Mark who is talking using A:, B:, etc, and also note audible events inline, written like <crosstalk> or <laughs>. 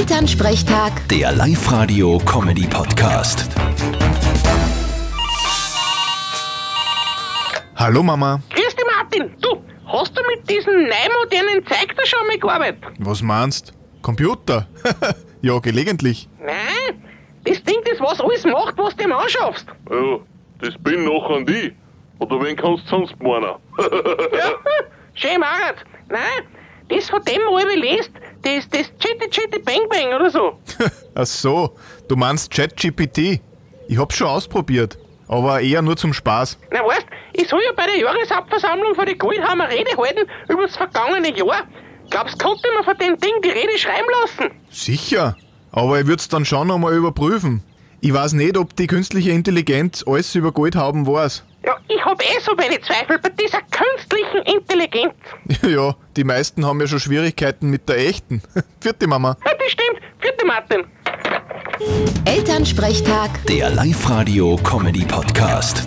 A: Elternsprechtag,
B: Der Live-Radio-Comedy-Podcast.
C: Hallo Mama,
D: Grüß dich, Martin. Du, hast du mit diesen neumodernen Zeigern schon mal gearbeitet?
C: was meinst? Computer? <laughs> ja, gelegentlich.
D: Nein, das Ding, das was alles macht, was du ihm anschaffst. <laughs>
E: Ja, das bin noch an die. Oder wen kannst du sonst meinen? <laughs>
D: Schön, Marat. Nein, das von dem, wo ich lest, das, das Chitty Chitty Bang Bang oder so.
C: Ach so, du meinst ChatGPT? Ich hab's schon ausprobiert, aber eher nur zum Spaß.
D: Na, weißt, ich soll ja bei der Jahresabversammlung von den Goldhammer Rede halten über das vergangene Jahr. Glaubst, konnte man von dem Ding die Rede schreiben lassen?
C: Sicher, aber ich würd's dann schon nochmal überprüfen. Ich weiß nicht, ob die künstliche Intelligenz alles über Goldhauben weiß. <laughs>
D: Ja, ich hab eh so meine Zweifel bei dieser künstlichen Intelligenz.
C: ja, die meisten haben ja schon Schwierigkeiten mit der echten. <laughs> Vierte Mama.
D: Ja, das stimmt. Vierte Martin.
A: Elternsprechtag.
B: Der Live-Radio-Comedy-Podcast.